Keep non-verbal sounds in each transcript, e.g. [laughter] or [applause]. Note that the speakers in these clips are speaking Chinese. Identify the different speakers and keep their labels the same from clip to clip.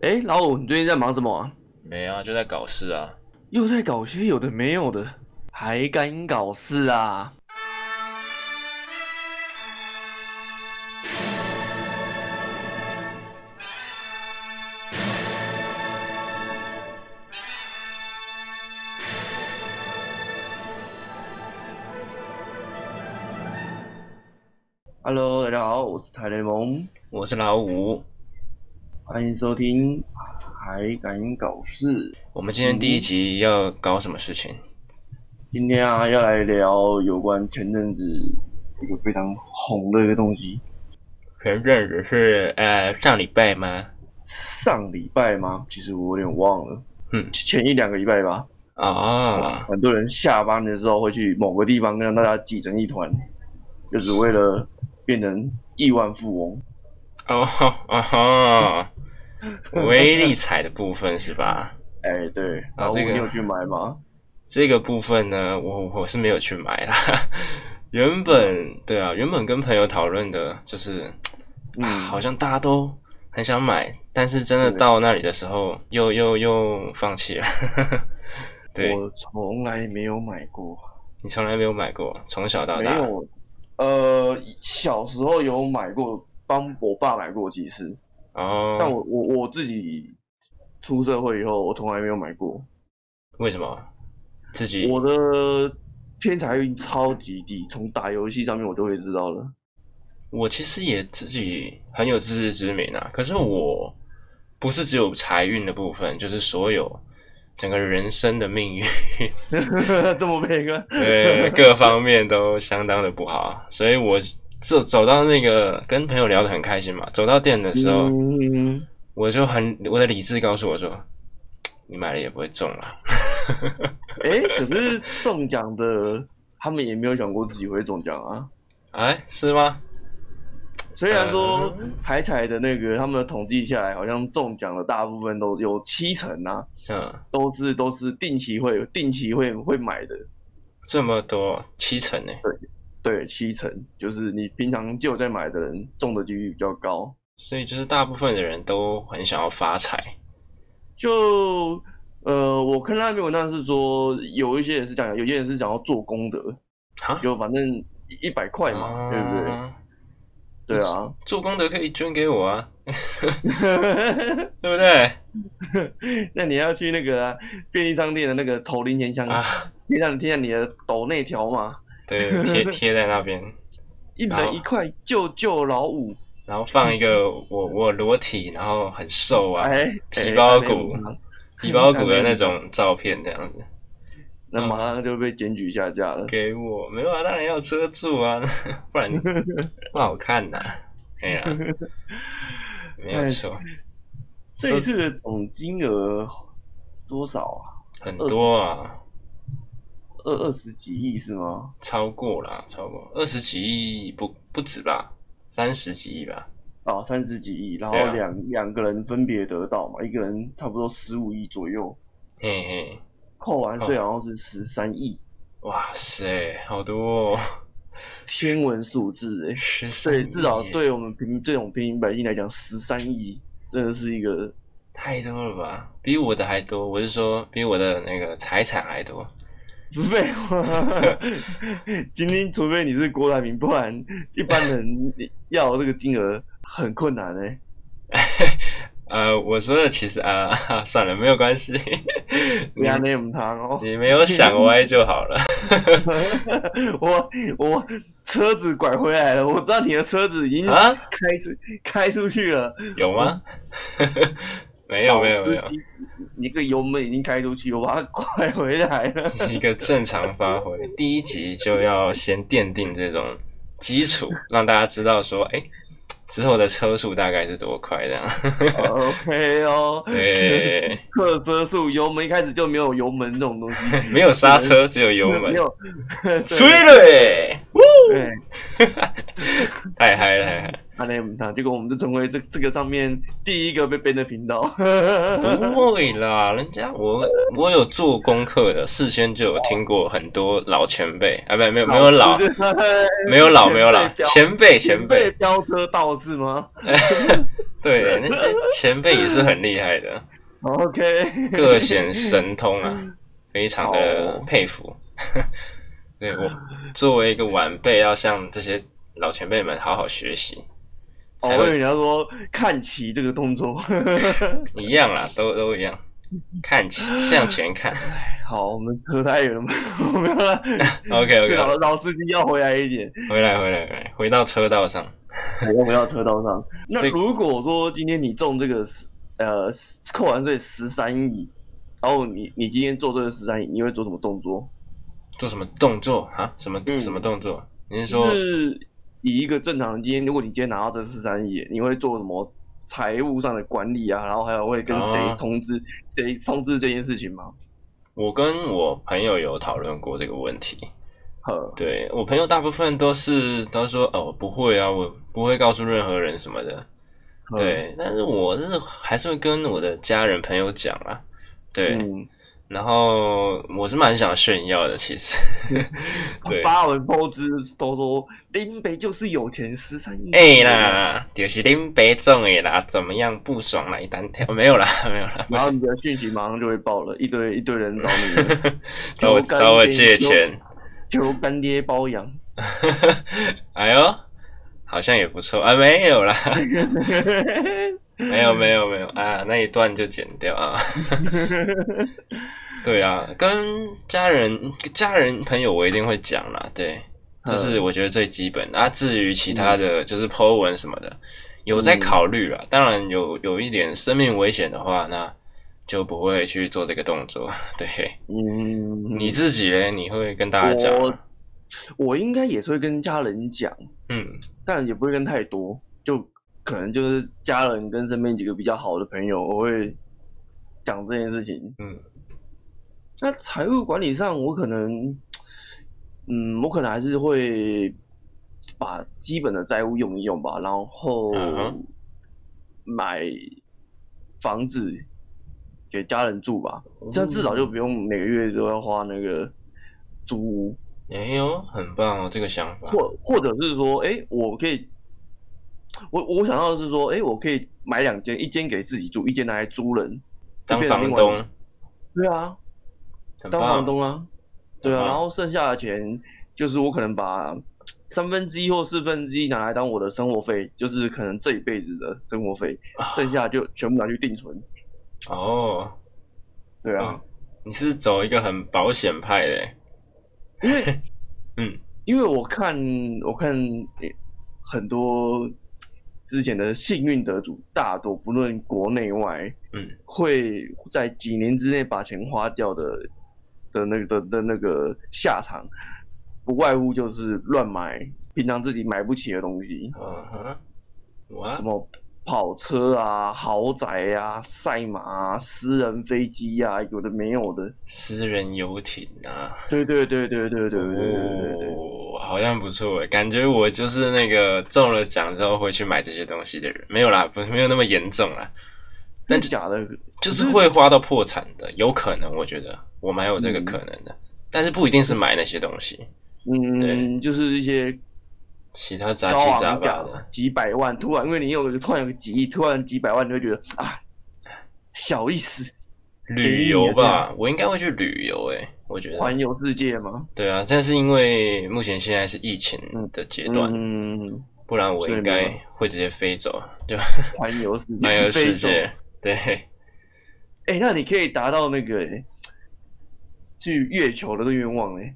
Speaker 1: 哎，老五，你最近在忙什么啊？
Speaker 2: 没啊，就在搞事啊。
Speaker 1: 又在搞些有的没有的，还敢搞事啊？Hello，大家好，我是台雷蒙，
Speaker 2: 我是老五，
Speaker 1: 欢迎收听《还敢搞事》。
Speaker 2: 我们今天第一集要搞什么事情？
Speaker 1: 今天啊，要来聊有关前阵子一个非常红的一个东西。
Speaker 2: 前阵子是呃上礼拜吗？
Speaker 1: 上礼拜吗？其实我有点忘了，
Speaker 2: 嗯
Speaker 1: 前一两个礼拜吧。
Speaker 2: 啊，
Speaker 1: 很多人下班的时候会去某个地方，让大家挤成一团，就只为了变成亿万富翁。
Speaker 2: 哦哦吼，微利彩的部分是吧？
Speaker 1: 哎、对，
Speaker 2: 啊
Speaker 1: 然后
Speaker 2: 这个
Speaker 1: 你有去买吗？
Speaker 2: 这个部分呢，我我是没有去买啦。 [laughs] 原本对啊，原本跟朋友讨论的，就是、
Speaker 1: 嗯
Speaker 2: 啊，好像大家都很想买，但是真的
Speaker 1: 对
Speaker 2: 到那里的时候，又又又放弃了。 [laughs] 对
Speaker 1: 我从来没有买过，
Speaker 2: 你从来没有买过，从小到
Speaker 1: 没
Speaker 2: 大
Speaker 1: 有。呃，小时候有买过，帮我爸买过几次，但
Speaker 2: 哦？
Speaker 1: 我我我自己出社会以后，我从来没有买过。
Speaker 2: 为什么自己
Speaker 1: 我的偏财运超级低，从打游戏上面我就会知道
Speaker 2: [laughs]
Speaker 1: 了。 [laughs]
Speaker 2: 我其实也自己很有自知之明啊，可是我不是只有财运的部分，就是所有整个人生
Speaker 1: [laughs]
Speaker 2: 的命运，
Speaker 1: 这么悲观，
Speaker 2: 对各方面都相当的不好，啊所以我走走到那个跟朋友聊得很开心嘛，走到店的时候，
Speaker 1: 嗯，
Speaker 2: 我就很我的理智告诉我说，你买了也不会中啊啦，
Speaker 1: 哎、可是中奖的他们也没有想过自己会中奖啊。
Speaker 2: 哎，是吗？
Speaker 1: 虽然说
Speaker 2: 嗯
Speaker 1: 台彩的那个他们的统计下来，好像中奖的大部分都有七成啊，
Speaker 2: 嗯，
Speaker 1: 都是都是定期会定期会会买的，
Speaker 2: 这么多七成呢、
Speaker 1: 对，七成就是你平常就有在买的人中的几率比较高。
Speaker 2: 所以就是大部分的人都很想要发财，
Speaker 1: 就呃，我看那篇文章是说，有一些人是讲，有些人是想要做功德，
Speaker 2: 哈，
Speaker 1: 就反正一百块嘛，对不对？
Speaker 2: 啊
Speaker 1: 对啊，
Speaker 2: 做功德可以捐给
Speaker 1: [laughs]
Speaker 2: 我啊，对不对？
Speaker 1: [laughs] 那你要去那个啊、便利商店的那个投零钱箱，
Speaker 2: 啊，
Speaker 1: 贴上贴上你的抖那条嘛，
Speaker 2: 对，
Speaker 1: [laughs]
Speaker 2: 贴贴在那边，
Speaker 1: 一
Speaker 2: 好
Speaker 1: 人一块，救救老五，
Speaker 2: 然后放一个我我裸体，然后很瘦啊，
Speaker 1: 哎，
Speaker 2: 皮
Speaker 1: 哎那
Speaker 2: 包
Speaker 1: 边
Speaker 2: 骨嗯
Speaker 1: 有吗
Speaker 2: 皮包骨的那种照片这样子，
Speaker 1: 那马上就被检举下架了。
Speaker 2: 给我没有啊，当然要遮住啊， [laughs] 不然不好看呐、哎呀、没有错，
Speaker 1: 这一次的总金额是多少啊？
Speaker 2: 很多啊，
Speaker 1: 二二十几亿是吗？
Speaker 2: 超过啦，超过二十几亿不不止吧，三十几亿吧，
Speaker 1: 哦，三十几亿，然后
Speaker 2: 对啊
Speaker 1: 两、两个人分别得到嘛，一个人差不多十五亿左右，
Speaker 2: 嘿嘿，
Speaker 1: 扣完税好像是十三亿，
Speaker 2: 嗯哇塞，好多、哦，
Speaker 1: 天文数字哎、
Speaker 2: 十
Speaker 1: 对，
Speaker 2: 三，
Speaker 1: 至少对我们平这种平民百姓来讲，十三亿真的是一个
Speaker 2: 太多了吧？比我的还多，我是说比我的那个财产还多。
Speaker 1: 废话。 [laughs] 今天除非你是郭台铭，不然一般人要这个金额很困难哎、
Speaker 2: 嗯呃，我说的其实啊、 [laughs] 算了，没有关系，
Speaker 1: [laughs] 你还没们汤哦，
Speaker 2: [laughs] 你没有想歪就好了。
Speaker 1: [laughs] 我我车子拐回来了，我知道你的车子已经
Speaker 2: 啊
Speaker 1: 开出、开出去了。
Speaker 2: 有吗？ [laughs] 没有没有没
Speaker 1: 老
Speaker 2: 有，
Speaker 1: 司机，你个油门已经开出去，我把它拐回来
Speaker 2: [laughs]
Speaker 1: 了。
Speaker 2: 一个正常发挥。第一集就要先奠定这种
Speaker 1: [laughs]
Speaker 2: 基础，让大家知道说，哎、之后的车速大概是多快这样。
Speaker 1: [laughs] OK 哦，
Speaker 2: 对，
Speaker 1: 客车速油门一开始就没有油门这种东西，
Speaker 2: 没有刹车，只有油门
Speaker 1: 没。有对
Speaker 2: 吹了欸，
Speaker 1: 对，
Speaker 2: 太嗨了太嗨了！
Speaker 1: 阿雷姆他，结果我们就成为这这个上面第一个被编的频道。 [laughs]
Speaker 2: 不会啦，人家我我有做功课的，事先就有听过很多老前辈啊，不没有没有老
Speaker 1: 师
Speaker 2: 没有老没有老
Speaker 1: 前辈前
Speaker 2: 前辈前
Speaker 1: 辈
Speaker 2: 辈，
Speaker 1: 飙车道士吗？
Speaker 2: 对，那些前辈也是很厉
Speaker 1: [laughs]
Speaker 2: 害的， [laughs]
Speaker 1: OK，
Speaker 2: 各显神通啊，非常的
Speaker 1: 好
Speaker 2: 佩服。 [laughs] 对我作为一个晚辈，要向这些老前辈们好好学习，
Speaker 1: 哦，
Speaker 2: 才
Speaker 1: 我以为
Speaker 2: 会
Speaker 1: 你要说看齐这个动作。 [laughs]
Speaker 2: 一样啦，都都一样，看起向
Speaker 1: [laughs]
Speaker 2: 前看。
Speaker 1: 好，我们扯太远了，我们 [laughs]
Speaker 2: [laughs]
Speaker 1: 要
Speaker 2: OK
Speaker 1: 最老
Speaker 2: OK，
Speaker 1: 的老司机要回来一点，
Speaker 2: 回来回来回来，回到车道上。
Speaker 1: 我们要车道上。那
Speaker 2: 所以
Speaker 1: 如果说今天你中这个十呃十扣完税十三亿，然后你你今天做这个十三亿，你会做什么动作？
Speaker 2: 做什么动作啊？什么、
Speaker 1: 嗯
Speaker 2: 什么动作？你是
Speaker 1: 就
Speaker 2: 说
Speaker 1: 是以一个正常人，今天如果你今天拿到这十三亿，你会做什么财务上的管理啊？然后还有会跟谁
Speaker 2: 哦
Speaker 1: 通知谁、通知这件事情吗？
Speaker 2: 我跟我朋友有讨论过这个问题？
Speaker 1: 呃，
Speaker 2: 对我朋友大部分都是都说哦不会啊，我不会告诉任何人什么的。
Speaker 1: 呃，
Speaker 2: 对，但是我是还是会跟我的家人朋友讲啦。对，
Speaker 1: 嗯，
Speaker 2: 然后我是蛮想炫耀的，其实。
Speaker 1: 嗯
Speaker 2: [laughs] 对，
Speaker 1: 发文报知都说林北就是有钱，十三亿。
Speaker 2: 哎、啦，就是林北中诶啦，怎么样不爽来单 [laughs] 挑？没有啦，没有啦，不
Speaker 1: 然后
Speaker 2: 是
Speaker 1: 你的讯息马上就会爆了，一堆一堆人找你
Speaker 2: 找我
Speaker 1: 求干爹
Speaker 2: 找我借钱。
Speaker 1: 求干爹包养。嗯
Speaker 2: [laughs] 哎呦，好像也不错啊，没
Speaker 1: [laughs]
Speaker 2: 有啦，没有没有没有啊，那一段就剪掉啊。 [laughs] 对啊，跟家人、家人朋友我一定会讲啦，对，
Speaker 1: 嗯
Speaker 2: 这是我觉得最基本的啊。至于其他的，就是 Po 文什么的，有在考虑
Speaker 1: 嗯
Speaker 2: 啦。当然有有一点生命危险的话，那就不会去做这个动作。 [laughs] 对，
Speaker 1: 嗯，
Speaker 2: 你自己嘞，你会跟大家讲
Speaker 1: 我
Speaker 2: 吗？
Speaker 1: 我应该也是会跟家人讲，
Speaker 2: 嗯，
Speaker 1: 但也不会跟太多，就可能就是家人跟身边几个比较好的朋友，我会讲这件事情。
Speaker 2: 嗯，
Speaker 1: 那财务管理上，我可能，嗯，我可能还是会把基本的债务用一用吧，然后
Speaker 2: 嗯哼
Speaker 1: 买房子给家人住吧，这样至少就不用每个月都要花那个租屋。
Speaker 2: 哎呦，很棒哦，这个想法。
Speaker 1: 或或者是说，哎、我可以，我我想到的是说，哎、我可以买两间，一间给自己住，一间拿来租人，
Speaker 2: 当房
Speaker 1: 就变成另外一
Speaker 2: 东
Speaker 1: 个。，对啊，
Speaker 2: 很
Speaker 1: 当
Speaker 2: 棒。
Speaker 1: 房东啊，对啊，
Speaker 2: 很棒
Speaker 1: 然后剩下的钱就是我可能把三分之一或四分之一拿来当我的生活费，就是可能这一辈子的生活费，
Speaker 2: 啊
Speaker 1: 剩下就全部拿去定存。
Speaker 2: 哦，
Speaker 1: 对
Speaker 2: 嗯
Speaker 1: 啊，
Speaker 2: 你是走一个很保险派的欸， [laughs] 嗯，
Speaker 1: 因为我看我看诶很多之前的幸运得主，大多不论国内外，
Speaker 2: 嗯，
Speaker 1: 会在几年之内把钱花掉的的那个的的那个下场，不外乎就是乱买平常自己买不起的东西，
Speaker 2: 嗯哼，哇
Speaker 1: 什，么跑车啊、豪宅啊、赛马啊、私人飞机啊，有的没有的。
Speaker 2: 私人游艇啊，
Speaker 1: 对对对对对对对对对对。
Speaker 2: 哦，好像不错欸，感觉我就是那个中了奖之后会去买这些东西的人，没有啦，不是没有那么严重啦，
Speaker 1: 真假的，
Speaker 2: 就是会花到破产的，有可能，我觉得我蛮有这个可能的，但是不一定是买那些东西，对
Speaker 1: 嗯，就是一些
Speaker 2: 其他杂
Speaker 1: 高
Speaker 2: 七杂
Speaker 1: 昂
Speaker 2: 八
Speaker 1: 价
Speaker 2: 的，
Speaker 1: 几百万，突然因为你有突然有个几亿，突然几百万，你会觉得啊，小意思，
Speaker 2: 旅游吧，我应该会去旅游，诶，我觉得，
Speaker 1: 环游世界嘛。
Speaker 2: 对啊，但是因为目前现在是疫情的阶段，
Speaker 1: 嗯，
Speaker 2: 不然我应
Speaker 1: 所以
Speaker 2: 该
Speaker 1: 没有
Speaker 2: 会直接飞走，就
Speaker 1: [laughs] 环游世界，
Speaker 2: 环游世
Speaker 1: 飞走。
Speaker 2: 界。对，
Speaker 1: 哎、那你可以达到那个、欸去月球的这个愿望哎、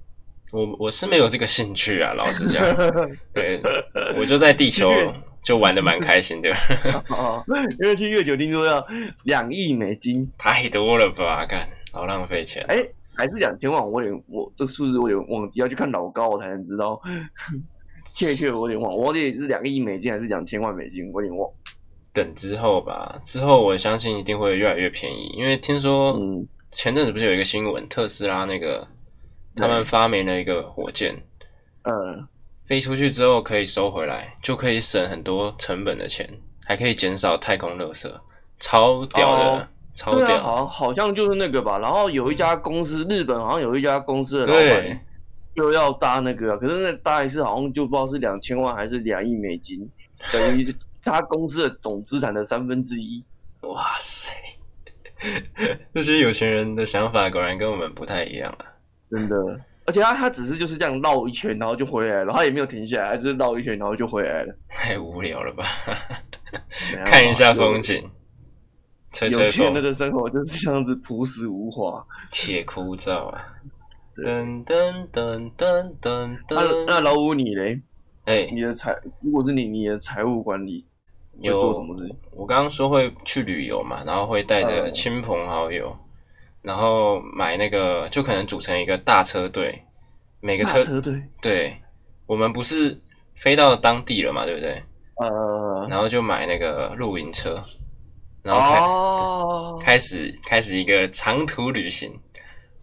Speaker 2: 我我是没有这个兴趣啊，老实
Speaker 1: [laughs]
Speaker 2: 讲。对，我就在地球就玩的蛮开心的， [laughs]
Speaker 1: 啊，因为去月球听说要两亿美金，
Speaker 2: 太多了吧？干，好浪费钱。
Speaker 1: 哎、还是两千万，我有点我这数字我有点忘记，要去看老高我才能知道。 [laughs] 确切我有点忘，我忘记是两亿美金还是两千万美金，我有点忘。
Speaker 2: 等之后吧，之后我相信一定会越来越便宜，因为听说
Speaker 1: 嗯，
Speaker 2: 前阵子不是有一个新闻，特斯拉那个
Speaker 1: 对
Speaker 2: 他们发明了一个火箭，
Speaker 1: 呃，
Speaker 2: 飞出去之后可以收回来，就可以省很多成本的钱，还可以减少太空垃圾，超屌的，
Speaker 1: 哦
Speaker 2: 超
Speaker 1: 对啊，
Speaker 2: 屌。
Speaker 1: 好，好像就是那个吧。然后有一家公司，日本好像有一家公司的老
Speaker 2: 对
Speaker 1: 板，欸就要搭那个啊，可是那搭一次好像就不知道是两千万还是两亿美金，等于他公司的总资产的三分之一。
Speaker 2: 哇塞， [laughs] 这些有钱人的想法果然跟我们不太一样啊。
Speaker 1: 真的。而且他他只是就是这样绕一圈，然后就回来了，他也没有停下来，就是绕一圈然后就回来了。
Speaker 2: 太无聊了吧？ [laughs]
Speaker 1: 没有
Speaker 2: 看一下风景，吹
Speaker 1: 有
Speaker 2: 吹
Speaker 1: 钱人
Speaker 2: 风，
Speaker 1: 的生活就是这样子朴实无华。
Speaker 2: 且枯燥啊！
Speaker 1: 对
Speaker 2: 噔噔噔噔噔
Speaker 1: 那那
Speaker 2: 噔，
Speaker 1: 老五你嘞？
Speaker 2: 哎，
Speaker 1: 你的财，如果是你，你的财务管理会做什
Speaker 2: 有
Speaker 1: 么事情？
Speaker 2: 我刚刚说会去旅游嘛，然后会带着
Speaker 1: 嗯
Speaker 2: 亲朋好友，然后买那个就可能组成一个大车队，每个
Speaker 1: 大
Speaker 2: 车
Speaker 1: 车队，
Speaker 2: 对，我们不是飞到当地了嘛，对不对？
Speaker 1: 呃，
Speaker 2: 然后就买那个露营车，然后开、
Speaker 1: 哦
Speaker 2: [laughs] 开始开始一个长途旅行，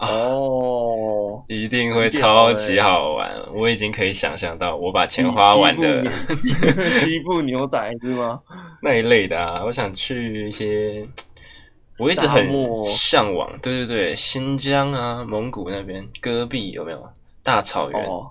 Speaker 1: 哦，
Speaker 2: 一定会
Speaker 1: 很屌
Speaker 2: 超级
Speaker 1: 欸
Speaker 2: 好玩。我已经可以想象到我把 [laughs] 钱花完
Speaker 1: [laughs]
Speaker 2: 的
Speaker 1: 西部牛西部牛仔是吗？
Speaker 2: 那一类的啊，我想去一些，我一直很
Speaker 1: 沙漠
Speaker 2: 向往，对对对，新疆啊、蒙古那边戈壁有没有大草原？
Speaker 1: 哦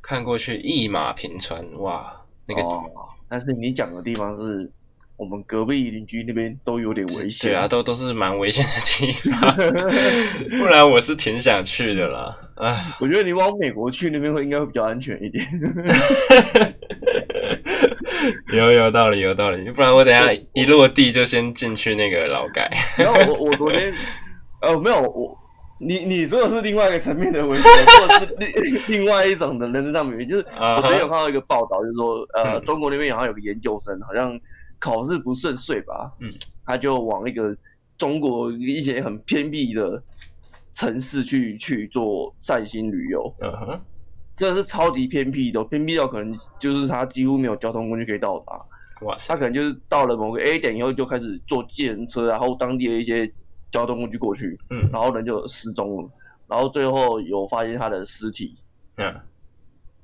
Speaker 2: 看过去一马平川，哇，那个、
Speaker 1: 哦，但是你讲的地方是我们隔壁邻居那边都有点危险
Speaker 2: 对啊，都都是蛮危险的地方， [laughs] 不然我是挺想去的啦。唉，
Speaker 1: 我觉得你往美国去那边会应该会比较安全一点。
Speaker 2: [laughs] 有有道理，有道理，不然我等一下一落地就先进去那个劳改。
Speaker 1: 然后我我昨天，呃，没有我，你你说的是另外一个层面的危险，我说的是另另外一种的人生上面，就是
Speaker 2: 啊
Speaker 1: 我
Speaker 2: 哈
Speaker 1: 昨天有看到一个报道，就是说，呃，
Speaker 2: 嗯
Speaker 1: 中国那边好像有个研究生，好像考试不顺遂吧，
Speaker 2: 嗯，
Speaker 1: 他就往一个中国一些很偏僻的城市去去做散心旅游，
Speaker 2: 嗯哼，
Speaker 1: 真的是超级偏僻的哦，偏僻到可能就是他几乎没有交通工具可以到达，
Speaker 2: 哇
Speaker 1: 他
Speaker 2: 塞，
Speaker 1: 可能就是到了某个 A 点以后就开始坐计程车，啊然后当地的一些交通工具过去，
Speaker 2: 嗯
Speaker 1: 然后人就失踪了，然后最后有发现他的尸体，
Speaker 2: 嗯，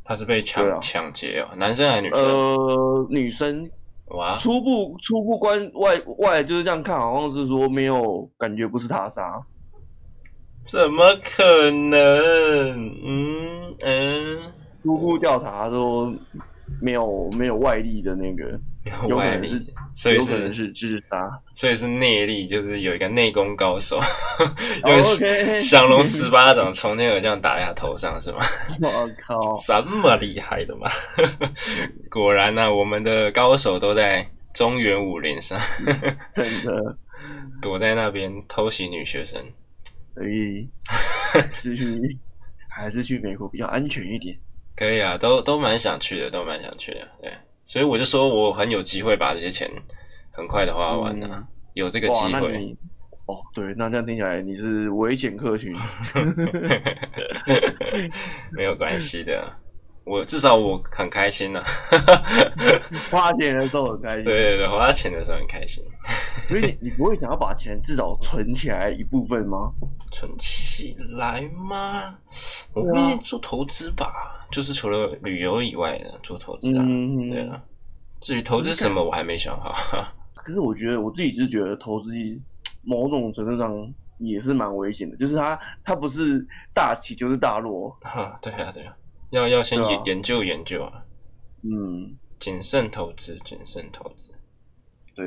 Speaker 2: 他是被
Speaker 1: 对啊
Speaker 2: 抢抢劫哦，男生还是女生？
Speaker 1: 呃，女生
Speaker 2: 哇，
Speaker 1: 初步初步关外外就是这样看，好像是说没有感觉不是他杀，
Speaker 2: 怎么可能？嗯嗯，
Speaker 1: 初步调查说没有没有外力的那个，
Speaker 2: 有
Speaker 1: 有可
Speaker 2: 外
Speaker 1: 能是
Speaker 2: 力，所以
Speaker 1: 有可能是
Speaker 2: 是
Speaker 1: 自杀。 [laughs]
Speaker 2: 所以是内力，就是有一个内功高手，
Speaker 1: 哦
Speaker 2: 用
Speaker 1: OK，
Speaker 2: 降龙十八掌从天而降打在他头上，是吗？
Speaker 1: 我靠，
Speaker 2: 这么厉害的吗？ [laughs] 果然呢、啊我们的高手都在中原武林上，
Speaker 1: 真的，
Speaker 2: 躲在那边偷袭女学生。
Speaker 1: 所
Speaker 2: [laughs]
Speaker 1: 以是去还是去美国比较安全一点。
Speaker 2: 可以啊，都都蛮想去的，都蛮想去的。对，所以我就说我很有机会把这些钱很快的花完啊，有这个
Speaker 1: 嗯哇，
Speaker 2: 机
Speaker 1: 那
Speaker 2: 会。
Speaker 1: 你哦，对，那这样听起来你是危险客
Speaker 2: [laughs]
Speaker 1: 群，
Speaker 2: 没有关系的，我至少我很开心呢、
Speaker 1: 花钱的时候很开心，
Speaker 2: 对对对，花钱的时候很开心，
Speaker 1: 所以你你不会想要把钱至少存起来一部分吗？
Speaker 2: 存起来吗？我
Speaker 1: 对啊
Speaker 2: 会做投资吧，就是除了旅游以外的做投资啊。
Speaker 1: 嗯，
Speaker 2: 对啊，至于投资什么，我还没想好。 [laughs]
Speaker 1: 可是我觉得我自己是觉得投资某种程度上也是蛮危险的，就是它它不是大起就是大落，
Speaker 2: 哈，对啊，对啊，要要先
Speaker 1: 对啊
Speaker 2: 研研究研究啊，
Speaker 1: 嗯，
Speaker 2: 谨慎投资，谨慎投资。
Speaker 1: 对，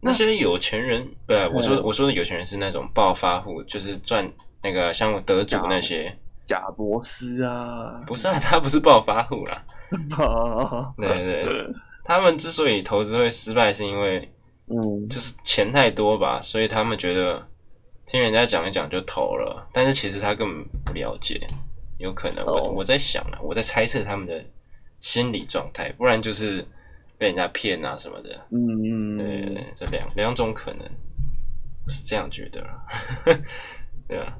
Speaker 2: 那些有钱人，不，我说
Speaker 1: 嗯
Speaker 2: 我说的有钱人是那种暴发户，就是赚那个像得主那些，
Speaker 1: 贾博士啊，
Speaker 2: 不是啊，他不是暴发户啦。对
Speaker 1: [laughs] 嗯
Speaker 2: [laughs] 对对，他们之所以投资会失败，是因为
Speaker 1: 嗯
Speaker 2: 就是钱太多吧，所以他们觉得听人家讲一讲就投了，但是其实他根本不了解，有可能我、
Speaker 1: 哦
Speaker 2: 我在想啊，我在猜测他们的心理状态，不然就是被人家骗啊什么的。
Speaker 1: 嗯，
Speaker 2: 对对对，这两两种可能，我是这样觉得啦， [laughs] 对啊。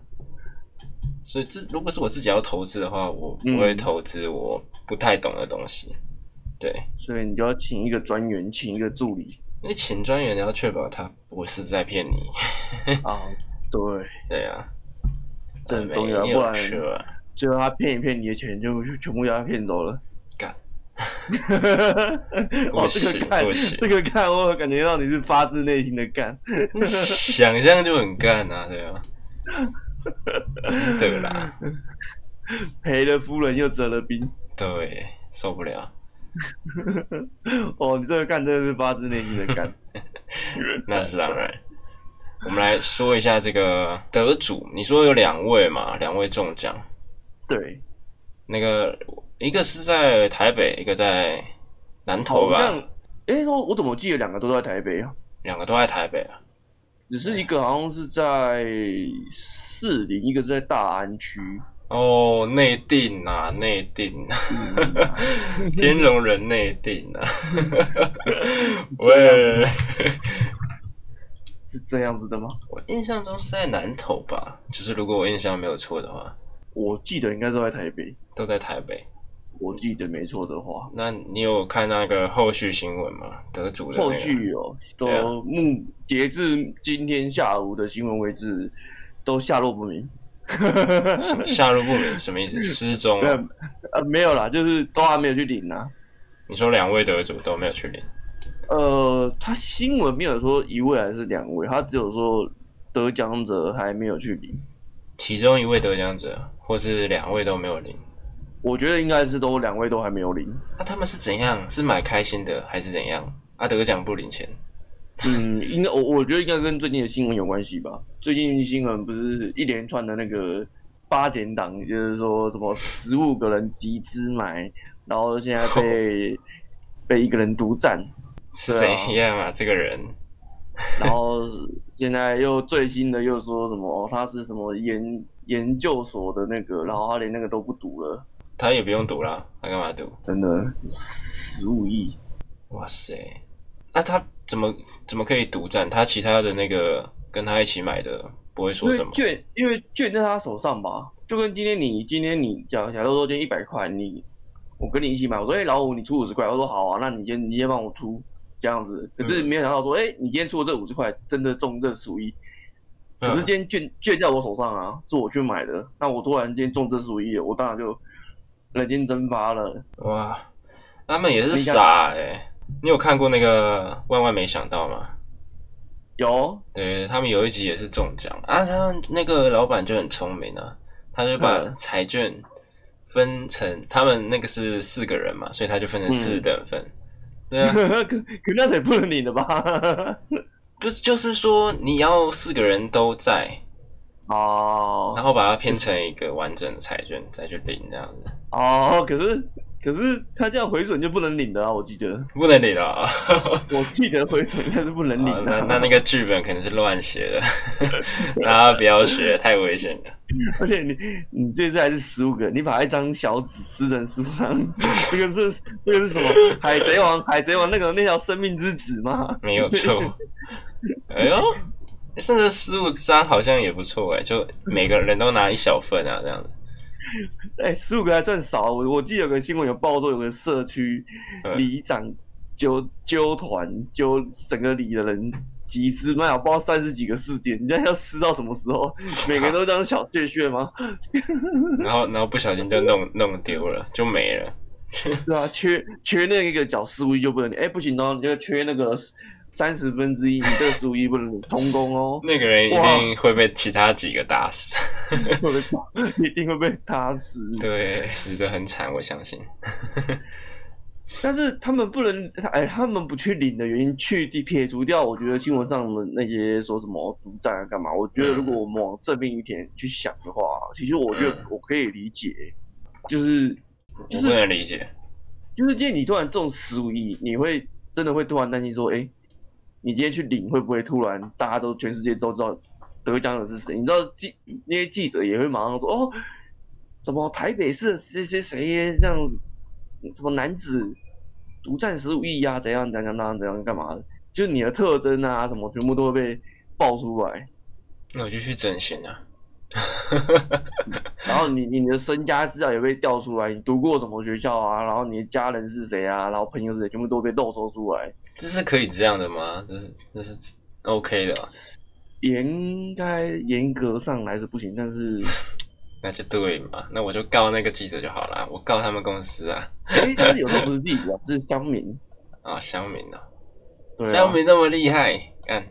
Speaker 2: 所以自如果是我自己要投资的话，我不会
Speaker 1: 嗯
Speaker 2: 投资我不太懂的东西。对，
Speaker 1: 所以你就要请一个专员，请一个助理
Speaker 2: 因为请专员你要确保他不是在骗你。 [laughs] 哎
Speaker 1: 啊，对，
Speaker 2: 对啊，哎
Speaker 1: 这很
Speaker 2: 没
Speaker 1: 重要
Speaker 2: 有
Speaker 1: 不然
Speaker 2: 车
Speaker 1: [laughs]
Speaker 2: 啊
Speaker 1: 最后他骗一骗你的钱，就就全部要他骗走了。
Speaker 2: 干，
Speaker 1: [laughs] 哦，
Speaker 2: 不
Speaker 1: 这
Speaker 2: 行
Speaker 1: 个干
Speaker 2: 不，行
Speaker 1: 这个干，我感觉到你是发自内心的干。
Speaker 2: 想象就很干啊，对
Speaker 1: [laughs]
Speaker 2: 啊，对啦，
Speaker 1: 赔了夫人又折了兵。
Speaker 2: 对，受不了。
Speaker 1: 哦，你这个干真的是发自内心的
Speaker 2: [laughs]
Speaker 1: 干。
Speaker 2: 那是当然。我们来说一下这个得主，你说有两位嘛，两位中奖，
Speaker 1: 对，
Speaker 2: 那个一个是在台北，一个在南投
Speaker 1: 好像
Speaker 2: 吧，，
Speaker 1: 哎、我我怎么记得两个都在台北啊？
Speaker 2: 两个都在台北啊。
Speaker 1: 只是一个好像是在士林，一个是在大安区。
Speaker 2: 哦，内定啊，内定、
Speaker 1: [laughs]
Speaker 2: 啊，
Speaker 1: 嗯
Speaker 2: 天龙人内定啊！ [laughs] 喂，
Speaker 1: 是这样子的吗？
Speaker 2: 我印象中是在南投吧，就是如果我印象没有错的话，
Speaker 1: 我记得应该都在台北，
Speaker 2: 都在台北。
Speaker 1: 我记得没错的话，
Speaker 2: 那你有看那个后续新闻吗？得主的、那个、
Speaker 1: 后续有
Speaker 2: 对啊
Speaker 1: 都目截至今天下午的新闻为止，都下落不明。
Speaker 2: 什么下落不明，什么意
Speaker 1: 嗯
Speaker 2: 思？失踪
Speaker 1: 没有
Speaker 2: 啊？
Speaker 1: 呃，没有啦，就是都还没有去领啊。
Speaker 2: 你说两位得主都没有去领？
Speaker 1: 呃，他新闻没有说一位还是两位，他只有说得奖者还没有去领。
Speaker 2: 其中一位得奖者，或是两位都没有领。
Speaker 1: 我觉得应该是都两位都还没有领。
Speaker 2: 那、他们是怎样？是买开心的还是怎样？啊，得奖不领钱，
Speaker 1: 嗯，应该我我觉得应该跟最近的新闻有关系吧。最近新闻不是一连串的那个八点档，就是说什么十五个人集资买，然后现在被被一个人独占，
Speaker 2: 是
Speaker 1: 对
Speaker 2: 怎
Speaker 1: 啊
Speaker 2: 样啊？这个人
Speaker 1: 然后现在又最新的又说什么、哦、他是什么研研究所的那个，然后他连那个都不读了，
Speaker 2: 他也不用赌啦，他干嘛赌？
Speaker 1: 真的十五亿。
Speaker 2: 哇塞，那他怎么怎么可以独占？他其他的那个跟他一起买的不会
Speaker 1: 因
Speaker 2: 说
Speaker 1: 为
Speaker 2: 什么？
Speaker 1: 券，因为券在他手上吧，就跟今天你今天你假假如说今天一百块，你我跟你一起买，我说哎、老五你出五十块，我说好啊，那你先你先帮我出这样子，可
Speaker 2: 嗯
Speaker 1: 是没有想到说哎、你今天出的这五十块真的中这十亿，
Speaker 2: 嗯
Speaker 1: 可是今天券券在我手上啊，是我去买的，那我突然间中这十亿，我当然就人间蒸发了。
Speaker 2: 哇，他们也是傻哎、你有看过那个《万万没想到》吗？
Speaker 1: 有
Speaker 2: 对他们有一集也是中奖啊，他们那个老板就很聪明啊，他就把
Speaker 1: 嗯
Speaker 2: 彩券分成他们那个是四个人嘛，所以他就分成四等份。
Speaker 1: 嗯
Speaker 2: 对啊， [laughs]
Speaker 1: [laughs] 可可那才不能领的吧？ [laughs]
Speaker 2: 不是就是说你要四个人都在，
Speaker 1: 哦
Speaker 2: 然后把它拼成一个完整的彩券再去领这样子，
Speaker 1: 哦，可是可是他这样回损就不能领的啊，我记得。
Speaker 2: 不能领了
Speaker 1: [laughs]
Speaker 2: 啊。
Speaker 1: 我记得回程应该是不能
Speaker 2: 啊
Speaker 1: 领的、
Speaker 2: [laughs] 那那那个剧本可能是乱写的， [laughs] 大家不要学，太危险了。
Speaker 1: 而且你你这次还是十五个，你把一张小纸撕成十五张， [laughs] 这个是这个是什么？海贼王海贼王那个那条生命之子吗？
Speaker 2: 没有错。
Speaker 1: [laughs]
Speaker 2: 哎呦，甚至十五张好像也不错哎、就每个人都拿一小份啊，这样子。
Speaker 1: 哎、十五个还算少。我我记得有个新闻有报说，有个社区
Speaker 2: 嗯
Speaker 1: 里长纠纠团纠整个里的人集资卖，我不知道三十几个事件，你这样要撕到什么时候？每个人都当小屑屑吗？
Speaker 2: [laughs] 然后，然后不小心就弄弄丢了，就没了。
Speaker 1: 对啊，缺缺那个角十五亿就不能领，哎、不行哦，你这个缺那个三十分之一，你这个十五亿不能领充公哦
Speaker 2: [laughs] ，那个人一
Speaker 1: 哇
Speaker 2: 定会被其他几个打死， [laughs]
Speaker 1: 会被一定会被打死。
Speaker 2: 对，死的很惨，我相信。
Speaker 1: 但是他们不能，哎、他们不去领的原因，去地撇除掉，我觉得新闻上的那些说什么独占啊干嘛，我觉得如果我们往正面一点去想的话，其实我觉得
Speaker 2: 嗯
Speaker 1: 我可以理解，就是
Speaker 2: 我不能理解，
Speaker 1: 就是今天你突然中十五亿，你会真的会突然担心说，哎、你今天去领会不会突然大家都全世界都知道得奖者是谁？你知道记那些记者也会马上说，哦，怎么台北市谁谁谁这样子，什么男子独占十五亿呀，怎样怎样怎样怎样干嘛的？就是你的特征啊什么，全部都会被爆出来。
Speaker 2: 那我就去整形啊。
Speaker 1: 然后你你的身家资料也被调出来，你读过什么学校啊？然后你的家人是谁啊？然后朋友是谁，全部都被露收出来。
Speaker 2: 这是可以这样的吗？这是这是 OK 的啊，
Speaker 1: 严该严格上来是不行，但是，
Speaker 2: 那就对嘛。那我就告那个记者就好了，我告他们公司啊。
Speaker 1: 哎、但是有时候不是弟子啊，是乡民。
Speaker 2: 啊，乡民啊。
Speaker 1: 对、啊，
Speaker 2: 肖明那么厉害，干，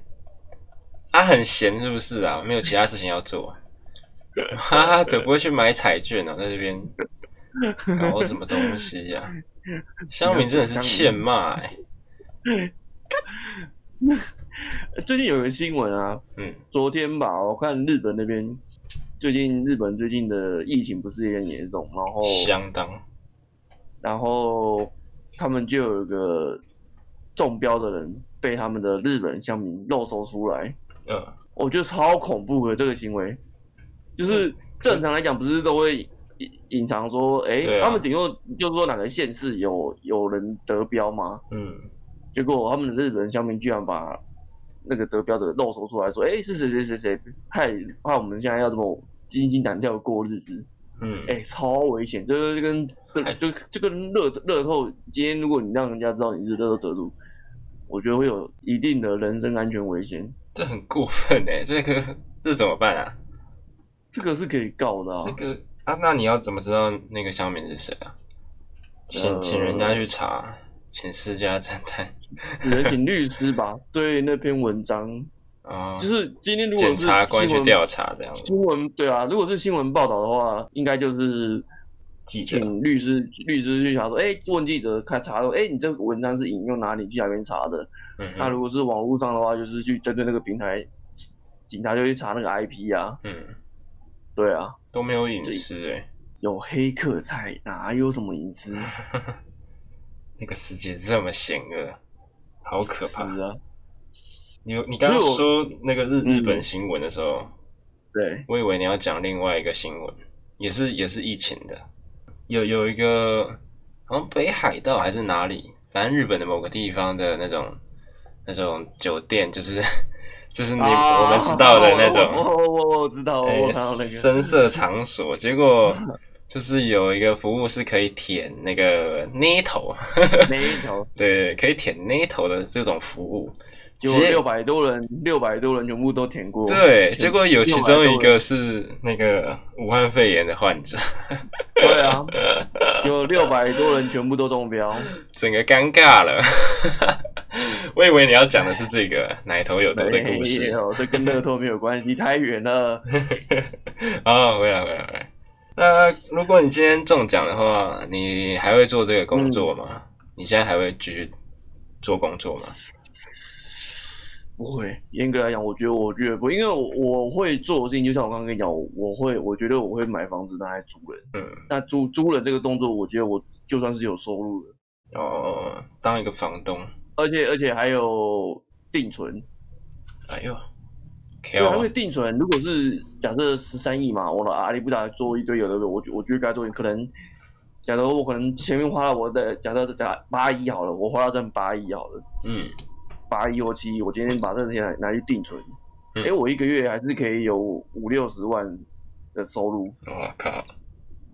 Speaker 2: 他很闲是不是啊？没有其他事情要
Speaker 1: [laughs]
Speaker 2: 做，哦哈哈，怎么会去买彩券呢、在这边搞什么东西呀、乡民真的是欠骂、欸，
Speaker 1: 最近有一个新闻啊，
Speaker 2: 嗯，
Speaker 1: 昨天吧，我看日本那边最近日本最近的疫情不是也很严重，然后
Speaker 2: 相当，
Speaker 1: 然后他们就有一个中标的人被他们的日本乡民肉搜出来，
Speaker 2: 嗯，
Speaker 1: 我觉得超恐怖的这个行为，就是正常来讲不是都会隐隐藏说，哎、
Speaker 2: 对啊
Speaker 1: 他们顶多就是说哪个县市有有人得标吗？
Speaker 2: 嗯，
Speaker 1: 结果他们的日本乡民居然把那个得标的肉搜出来说，哎、是谁谁谁谁害害我们现在要这么心惊胆跳地过日子，
Speaker 2: 嗯，
Speaker 1: 哎、超危险，这个就跟
Speaker 2: 哎
Speaker 1: 就就跟乐乐透，今天如果你让人家知道你是乐透得主，我觉得会有一定的人身安全危险，
Speaker 2: 这很过分哎、这个这怎么办啊？
Speaker 1: 这个是可以告的啊。
Speaker 2: 这个啊，那你要怎么知道那个乡民是谁啊？请
Speaker 1: 呃
Speaker 2: 请人家去查，请私家侦探
Speaker 1: 只能请律师吧，对那篇文章，
Speaker 2: 啊，
Speaker 1: 就是今天如果
Speaker 2: 检
Speaker 1: 是
Speaker 2: 察官
Speaker 1: 新
Speaker 2: 去
Speaker 1: 闻
Speaker 2: 调查这样子。
Speaker 1: 新闻，对啊，如果是新闻报道的话，应该就是
Speaker 2: 记者
Speaker 1: 请律师律师去查说，哎、问记者看查说，哎、你这个文章是引用哪里去哪边查的？
Speaker 2: 嗯
Speaker 1: 那
Speaker 2: 哼
Speaker 1: 如果是网络上的话，就是去针对那个平台，警察就去查那个 IP 啊，
Speaker 2: 嗯，
Speaker 1: 对啊，
Speaker 2: 都没有隐私哎、
Speaker 1: 有黑客在，哪有什么隐私？
Speaker 2: 这个世界这么险恶，好可
Speaker 1: 是
Speaker 2: 怕！
Speaker 1: 啊，
Speaker 2: 你有你刚刚
Speaker 1: 所以我
Speaker 2: 说那个日
Speaker 1: 嗯
Speaker 2: 日本新闻的时候，
Speaker 1: 对，
Speaker 2: 我以为你要讲另外一个新闻，也是也是疫情的，有有一个好像北海道还是哪里，反正日本的某个地方的那种那种酒店，就是就是你、
Speaker 1: 啊
Speaker 2: 我们知道的那
Speaker 1: 我
Speaker 2: 种
Speaker 1: 我我我我知道，我
Speaker 2: 哎
Speaker 1: 看到那个，
Speaker 2: 深色场所，结果就是有一个服务是可以舔那个捏头，
Speaker 1: 那一条
Speaker 2: 对，可以舔捏头的这种服务，
Speaker 1: 结果六百多人，六百多人全部都哦舔过，
Speaker 2: 对，
Speaker 1: 全
Speaker 2: 结果有其中一个是那个武汉肺炎的患者，
Speaker 1: 对
Speaker 2: [laughs]
Speaker 1: 啊，有六百多人全部都中标，
Speaker 2: 整个尴尬了。 [laughs] 我以为你要讲的是这个奶头有毒的故
Speaker 1: 没
Speaker 2: 事
Speaker 1: 有，这跟乐透没有关系， [laughs] 太远了。
Speaker 2: 啊、回来回来回来。那如果你今天中奖的话，你还会做这个工作吗？你现在还会继续做工作吗？
Speaker 1: 不会，严格来讲，我觉得我绝对不会，因为我我会做的事情，就像我刚刚跟你讲，我我会，我觉得我会买房子拿来租人。
Speaker 2: 嗯，
Speaker 1: 那租租人这个动作，我觉得我就算是有收入的，
Speaker 2: 哦，当一个房东，
Speaker 1: 而且而且还有定存，
Speaker 2: 哎呦啊
Speaker 1: 对，啊还会
Speaker 2: ，K.O.
Speaker 1: 定存。如果是假设十三亿嘛，我的阿里不达做一堆有的没有，我觉我觉得该做，可能假如我可能前面花了我的假设假八亿好了，我花了挣八亿好了。
Speaker 2: 嗯，
Speaker 1: 八亿或七亿，我今天把这些拿拿去定存，哎、
Speaker 2: 嗯
Speaker 1: 我一个月还是可以有五六十万的收入。
Speaker 2: 我哦靠，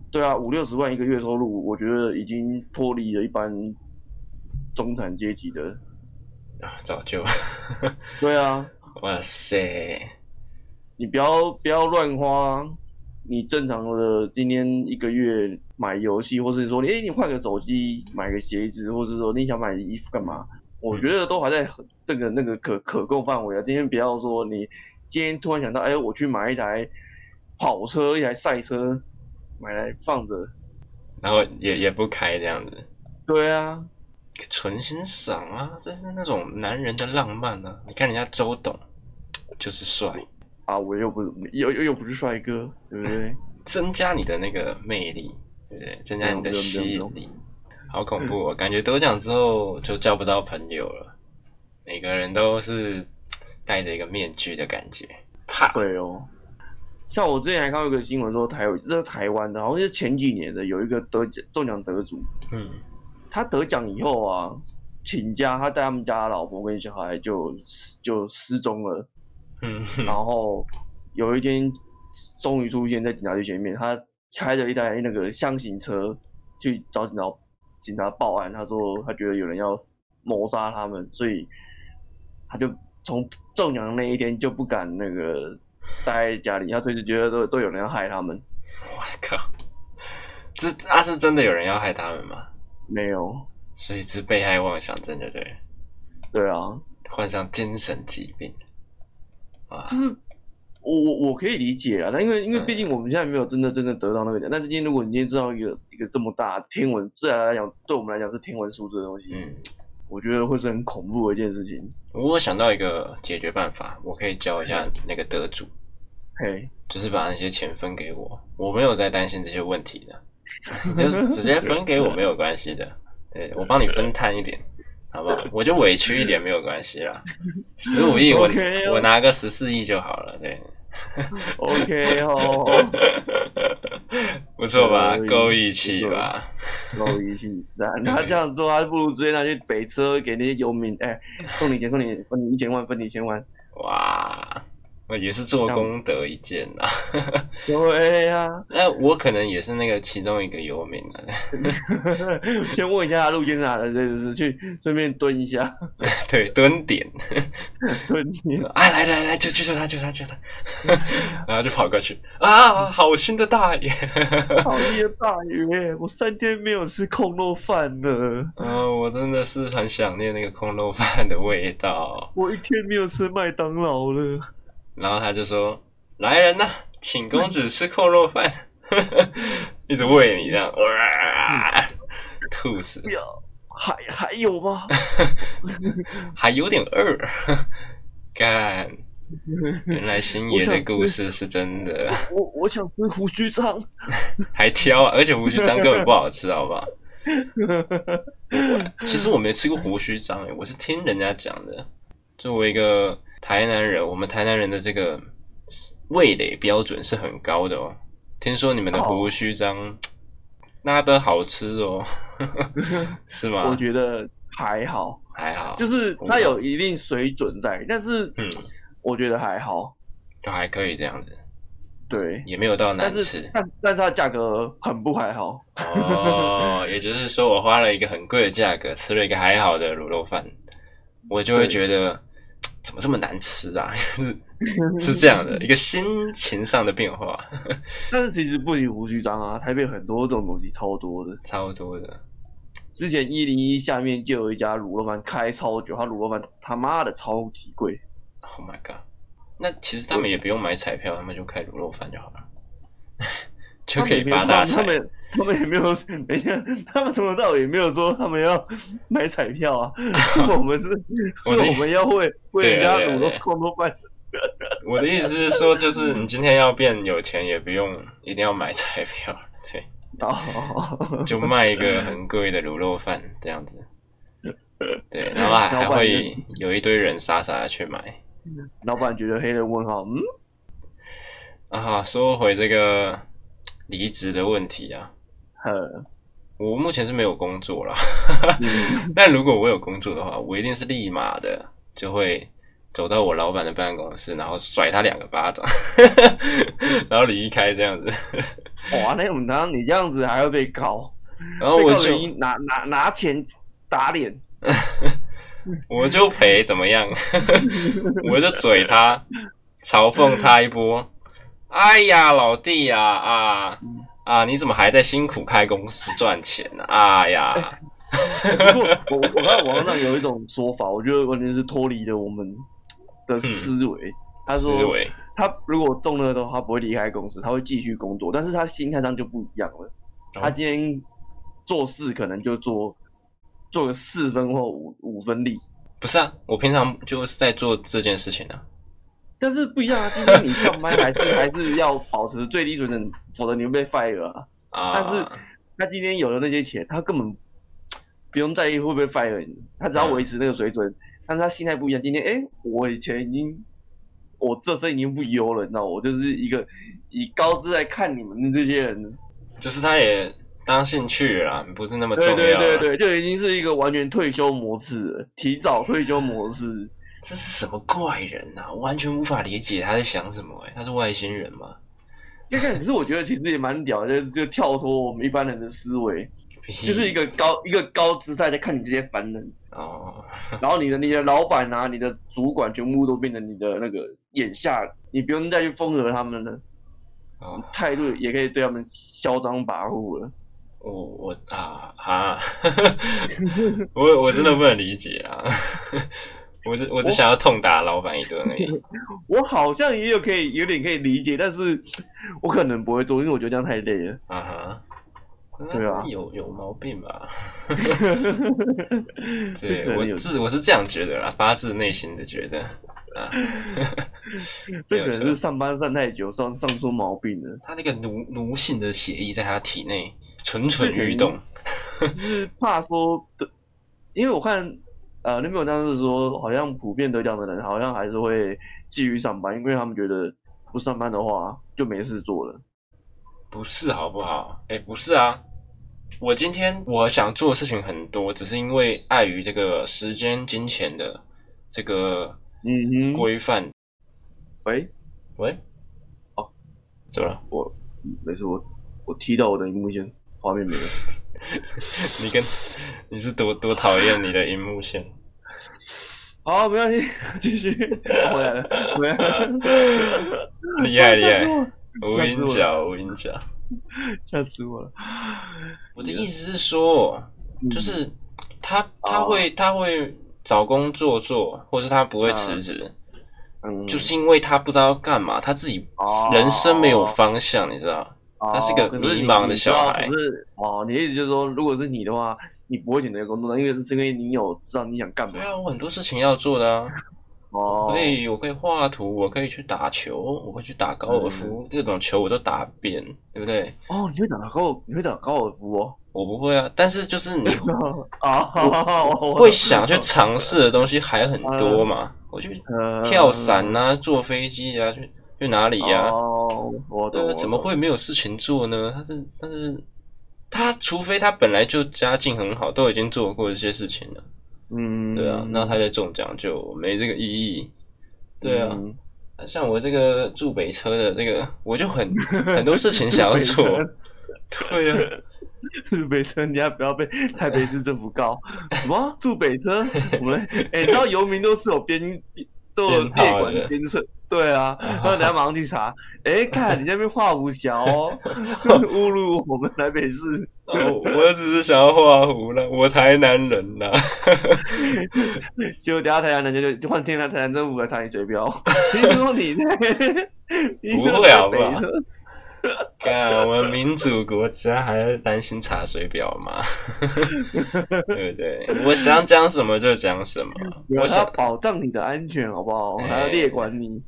Speaker 1: 对啊，五六十万一个月收入，我觉得已经脱离了一般中产阶级的。
Speaker 2: 啊早就， [laughs]
Speaker 1: 对啊，
Speaker 2: 哇塞，
Speaker 1: 你不要不要乱花，你正常的今天一个月买游戏，或是说你哎、你换个手机，买个鞋子，或是说你想买衣服干嘛？我觉得都还在很那个那个可可控范围啊。今天不要说你今天突然想到，哎、我去买一台跑车，一台赛车，买来放着。
Speaker 2: 然后也也不开这样子。
Speaker 1: 对啊，
Speaker 2: 纯欣赏啊，这是那种男人的浪漫啊！你看人家周董，就是帅，
Speaker 1: 啊，我又不又又又不是帅哥，对不对？
Speaker 2: 增加你的那个魅力，对不对？增加你的吸
Speaker 1: 不用
Speaker 2: 引
Speaker 1: 不
Speaker 2: 力，好恐怖哦！感觉得奖之后就交不到朋友了，每个人都是戴着一个面具的感觉，怕
Speaker 1: 对哦，像我之前还看到一个新闻说台有这是台湾的，好像是前几年的，有一个得奖中奖得主，
Speaker 2: 嗯，
Speaker 1: 他得奖以后啊，请假，他带他们家老婆跟小孩就就失踪了，
Speaker 2: 嗯
Speaker 1: 然后有一天终于出现在警察局前面，他开着一台那个箱型车去找警察警察报案，他说他觉得有人要谋杀他们，所以他就从中奖那一天就不敢那个待在家里，他所以就觉得都都有人要害他们，
Speaker 2: 我靠，这啊是真的有人要害他们吗？
Speaker 1: 没有，
Speaker 2: 所以是被害妄想症，就对了，
Speaker 1: 对啊，
Speaker 2: 患上精神疾病啊，
Speaker 1: 就是我我我可以理解啊，但因为因为
Speaker 2: 嗯
Speaker 1: 毕竟我们现在没有真的真的得到那个奖，但是今天如果你今天知道一个一个这么大天文，自然来讲对我们来讲是天文数字的东西，
Speaker 2: 嗯，
Speaker 1: 我觉得会是很恐怖的一件事情。
Speaker 2: 我想到一个解决办法，我可以教一下那个得主，
Speaker 1: 嘿，
Speaker 2: 就是把那些钱分给我，我没有在担心这些问题的， [laughs] 你就是直接分给我没有关系的，对我帮你分摊一点，好不好？我就委屈一点没有关系啦，十五亿我
Speaker 1: OK 哦
Speaker 2: 我拿个十四亿就好了，对，
Speaker 1: [laughs]
Speaker 2: [laughs]
Speaker 1: OK 哦，
Speaker 2: 不错吧
Speaker 1: 可？以
Speaker 2: 够义气吧？
Speaker 1: 够义气。那他这样做，他不如直接拿去北车给那些游民，哎、送你钱，送你分你一千万，分你一千万。
Speaker 2: 哇，我也是做功德一件呐、
Speaker 1: 对呀、啊，
Speaker 2: [laughs]
Speaker 1: [laughs]
Speaker 2: 那我可能也是那个其中一个游民啊了、
Speaker 1: 先问一下他路边哪的，就是去顺便蹲一下，
Speaker 2: [laughs]
Speaker 1: [laughs]
Speaker 2: 对，蹲点。
Speaker 1: 蹲你。
Speaker 2: 哎，来来来，就就就他，就他，就他， [laughs] 然后就跑过去啊，好心的大爷，
Speaker 1: 讨厌大爷，我三天没有吃空肉饭了，
Speaker 2: 嗯、我真的是很想念那个空肉饭的味道。
Speaker 1: 我一天没有吃麦当劳了。
Speaker 2: 然后他就说：“来人呐、请公子吃空肉饭。” [laughs] 一直喂你这样，哇，吐死，
Speaker 1: 不要，哎还还有吗？
Speaker 2: 还有点饿， [laughs] 干。原来星爷的故事是真的，
Speaker 1: 我我想吃胡须章。
Speaker 2: 还挑啊，而且胡须章根本不好吃，好不好？
Speaker 1: [laughs]
Speaker 2: 其实我没吃过胡须章、欸，我是听人家讲的。作为一个台南人，我们台南人的这个味蕾标准是很高的哦。听说你们
Speaker 1: 哦
Speaker 2: 的胡须章那的好吃哦， [laughs] 是
Speaker 1: 我
Speaker 2: 吗？
Speaker 1: 觉得还好，
Speaker 2: 还好，
Speaker 1: 就是它有一定水准在，但是
Speaker 2: 嗯，
Speaker 1: 我觉得还好。
Speaker 2: 就还可以这样子，
Speaker 1: 对，
Speaker 2: 也没有到难
Speaker 1: 但是
Speaker 2: 吃
Speaker 1: 但但是它价格很不还
Speaker 2: [laughs]
Speaker 1: 好。
Speaker 2: 哦。也就是说，我花了一个很贵的价格吃了一个还好的卤肉饭，我就会
Speaker 1: 对
Speaker 2: 觉得怎么这么难吃啊？ [laughs] 就是
Speaker 1: 嗯
Speaker 2: 是这样的一个心情上的变化，
Speaker 1: [laughs]
Speaker 2: [laughs]
Speaker 1: 但是其实不仅胡须章啊，台北很多这种东西超多的。
Speaker 2: 超多的。
Speaker 1: 之前一零一下面就有一家卤肉饭开超久，它卤肉饭他妈的超级贵。
Speaker 2: Oh my god！那其实他们也不用买彩票，他们就开卤肉饭就好了， [laughs] 就可以发大
Speaker 1: 他
Speaker 2: 财。
Speaker 1: 们他们也没有，等一下，他们从头到尾也没有说他们要买彩票
Speaker 2: [laughs]
Speaker 1: 啊，是我们是
Speaker 2: 我
Speaker 1: 是
Speaker 2: 的
Speaker 1: 我们要为为人家
Speaker 2: 对啊对啊
Speaker 1: 卤肉
Speaker 2: 对啊
Speaker 1: 空头饭。
Speaker 2: 我的意思是说，就是你今天要变有钱，也不用一定要买彩票， [laughs] 对，
Speaker 1: 哦， [laughs]
Speaker 2: 就卖一个很贵的卤肉饭这样子。对，然后还
Speaker 1: 老板
Speaker 2: 还会有一堆人傻傻的去买。
Speaker 1: 老板觉得黑人问号，嗯，
Speaker 2: 啊，说回这个离职的问题啊，
Speaker 1: 呵，
Speaker 2: 我目前是没有工作啦，
Speaker 1: 嗯
Speaker 2: [laughs] 但如果我有工作的话，我一定是立马的就会走到我老板的办公室，然后甩他两个巴掌， [laughs] 然后离开这样子。
Speaker 1: 哇，那我们当你这样子还要被告，
Speaker 2: 然后
Speaker 1: 被
Speaker 2: 我
Speaker 1: 告
Speaker 2: 就
Speaker 1: 原因拿拿拿钱打脸，
Speaker 2: 我就赔怎么样？ [laughs] 我就嘴他，嘲讽他一波。哎呀，老弟呀啊啊！你怎么还在辛苦开公司赚钱呢、啊？
Speaker 1: 哎
Speaker 2: 呀，
Speaker 1: 不过我我看网上有一种说法，我觉得完全是脱离了我们的思维。他
Speaker 2: 嗯思
Speaker 1: 说，
Speaker 2: 维
Speaker 1: 他如果中了的话，他不会离开公司，他会继续工作，但是他心态上就不一样了。
Speaker 2: 哦
Speaker 1: 他今天做事可能就做做个四分或五五分力，
Speaker 2: 不是啊，我平常就是在做这件事情啊。
Speaker 1: 但是不一样啊。今天你上班还是还是要保持最低水准，否则你会被 fire 啊。
Speaker 2: 啊，
Speaker 1: 但是他今天有了那些钱，他根本不用在意会不会 fire 你，他只要维持那个水准。但是他心态不一样，今天哎、诶我以前已经，我这身已经不优了，你知道，我就是一个以高姿来看你们这些人。
Speaker 2: 就是他也当兴趣了啦，不是那么重
Speaker 1: 对
Speaker 2: 要。啊
Speaker 1: 对对，对，就已经是一个完全退休模式了，提早退休模
Speaker 2: [laughs]
Speaker 1: 式。
Speaker 2: 这是什么怪人呐、啊？我完全无法理解他在想什么、欸。他是外星人吗？
Speaker 1: 就看，可是我觉得其实也蛮屌的，就就跳脱我们一般人的思维，就是一
Speaker 2: 个
Speaker 1: 个高一个高姿态在看你这些凡人，
Speaker 2: 哦，
Speaker 1: 然后你的你的老板啊，你的主管全部都变成你的那个眼下，你不用再去风和他们了，
Speaker 2: 哦
Speaker 1: 态度也可以对他们嚣张跋扈了。
Speaker 2: 我哦我啊啊，我我真的不能理解啊！我只我只想要痛打老板一顿而
Speaker 1: 哦
Speaker 2: 已。
Speaker 1: 我好像也有可以有点可以理解，但是我可能不会做，因为我觉得这样太累
Speaker 2: [laughs]
Speaker 1: 了。
Speaker 2: [laughs] 啊哈，
Speaker 1: 对啊
Speaker 2: 那有有毛
Speaker 1: [laughs]
Speaker 2: 病吧？
Speaker 1: 这可
Speaker 2: 对
Speaker 1: 能
Speaker 2: 我
Speaker 1: 有
Speaker 2: 自我是这样觉得啦，发自内心的觉得啊，
Speaker 1: 这
Speaker 2: 没有
Speaker 1: 可能
Speaker 2: 错
Speaker 1: 是上班上太久，上上出毛病了。
Speaker 2: 他那个奴奴性的血液在他体内蠢蠢欲动。
Speaker 1: 就是怕说得，因为我看呃那篇文章是说，好像普遍得奖的人好像还是会继续上班，因为他们觉得不上班的话就没事做了。
Speaker 2: 不是好不好？哎、不是啊，我今天我想做的事情很多，只是因为碍于这个时间、金钱的这个
Speaker 1: 嗯哼，
Speaker 2: 规范。
Speaker 1: 喂，
Speaker 2: 喂，
Speaker 1: 哦，
Speaker 2: 怎么了？
Speaker 1: 没事，我我踢到我的荧幕线，画面没了。
Speaker 2: 你跟你是多多讨厌你的荧幕线？
Speaker 1: 好，没关系， [laughs] 继续。我回来了，回来了，
Speaker 2: [laughs] 厉害厉
Speaker 1: 吓死
Speaker 2: 害，
Speaker 1: [laughs] 我了，
Speaker 2: 无影脚无影脚。
Speaker 1: 吓死我了。
Speaker 2: 我的意思是说，
Speaker 1: 嗯
Speaker 2: 就是他他
Speaker 1: 哦
Speaker 2: 会他会找工作做，或是他不会辞职。
Speaker 1: 嗯，
Speaker 2: 就是因为他不知道要干嘛，他自己
Speaker 1: 哦
Speaker 2: 人生没有方向，你知道？他是个
Speaker 1: 哦可是你
Speaker 2: 迷茫的小孩
Speaker 1: 你知道可是哦，你的意思就是说，如果是你的话，你不会选择工作，因为是因为你有知道你想干嘛
Speaker 2: 对。啊，我很多事情要做的啊，
Speaker 1: 哦，
Speaker 2: 所以我可以画图，我可以去打球，我会去打高尔
Speaker 1: 嗯
Speaker 2: 夫，各种球我都打遍，对不对？
Speaker 1: 哦，你会打高，你会打高尔夫哦。
Speaker 2: 我不会啊，但是就是
Speaker 1: [laughs]
Speaker 2: 你
Speaker 1: 啊， [laughs]
Speaker 2: 会想去尝试的东西还很
Speaker 1: 嗯
Speaker 2: 多嘛，我去
Speaker 1: 呃
Speaker 2: 跳伞啊，坐飞机啊，去去哪里呀、
Speaker 1: 哦，我
Speaker 2: 对
Speaker 1: 懂
Speaker 2: 啊，。怎么会没有事情做呢？他是，但是他除非他本来就家境很好，都已经做过一些事情了。
Speaker 1: 嗯，
Speaker 2: 对啊，那他在中奖就没这个意义。对啊，
Speaker 1: 嗯
Speaker 2: 那像我这个住北车的这个，我就很很多事情想要做。对啊，
Speaker 1: [laughs] 住北车，你要不要被台北市政府告？什么住北
Speaker 2: [laughs]
Speaker 1: 车？我们哎，你知道游民都是有编都有列管编车，对啊，然后人家马上去
Speaker 2: [laughs]
Speaker 1: 查，哎，看你那边画五小哦， [laughs] 侮辱我们台北市，
Speaker 2: 然后哦我只是想要画胡了，我台南人呐、
Speaker 1: 结果等下台南人就就换天南台南政府来查你嘴
Speaker 2: [laughs]
Speaker 1: 标，听说你呢？你是
Speaker 2: 不会好不好
Speaker 1: 北车？
Speaker 2: 看我们民主国家还担心查水表吗？ [laughs] 对不对？我想讲什么就讲什么。
Speaker 1: 我
Speaker 2: 我
Speaker 1: 要
Speaker 2: 想
Speaker 1: 保障你的安全，好不好？
Speaker 2: 哎
Speaker 1: 还要列管你，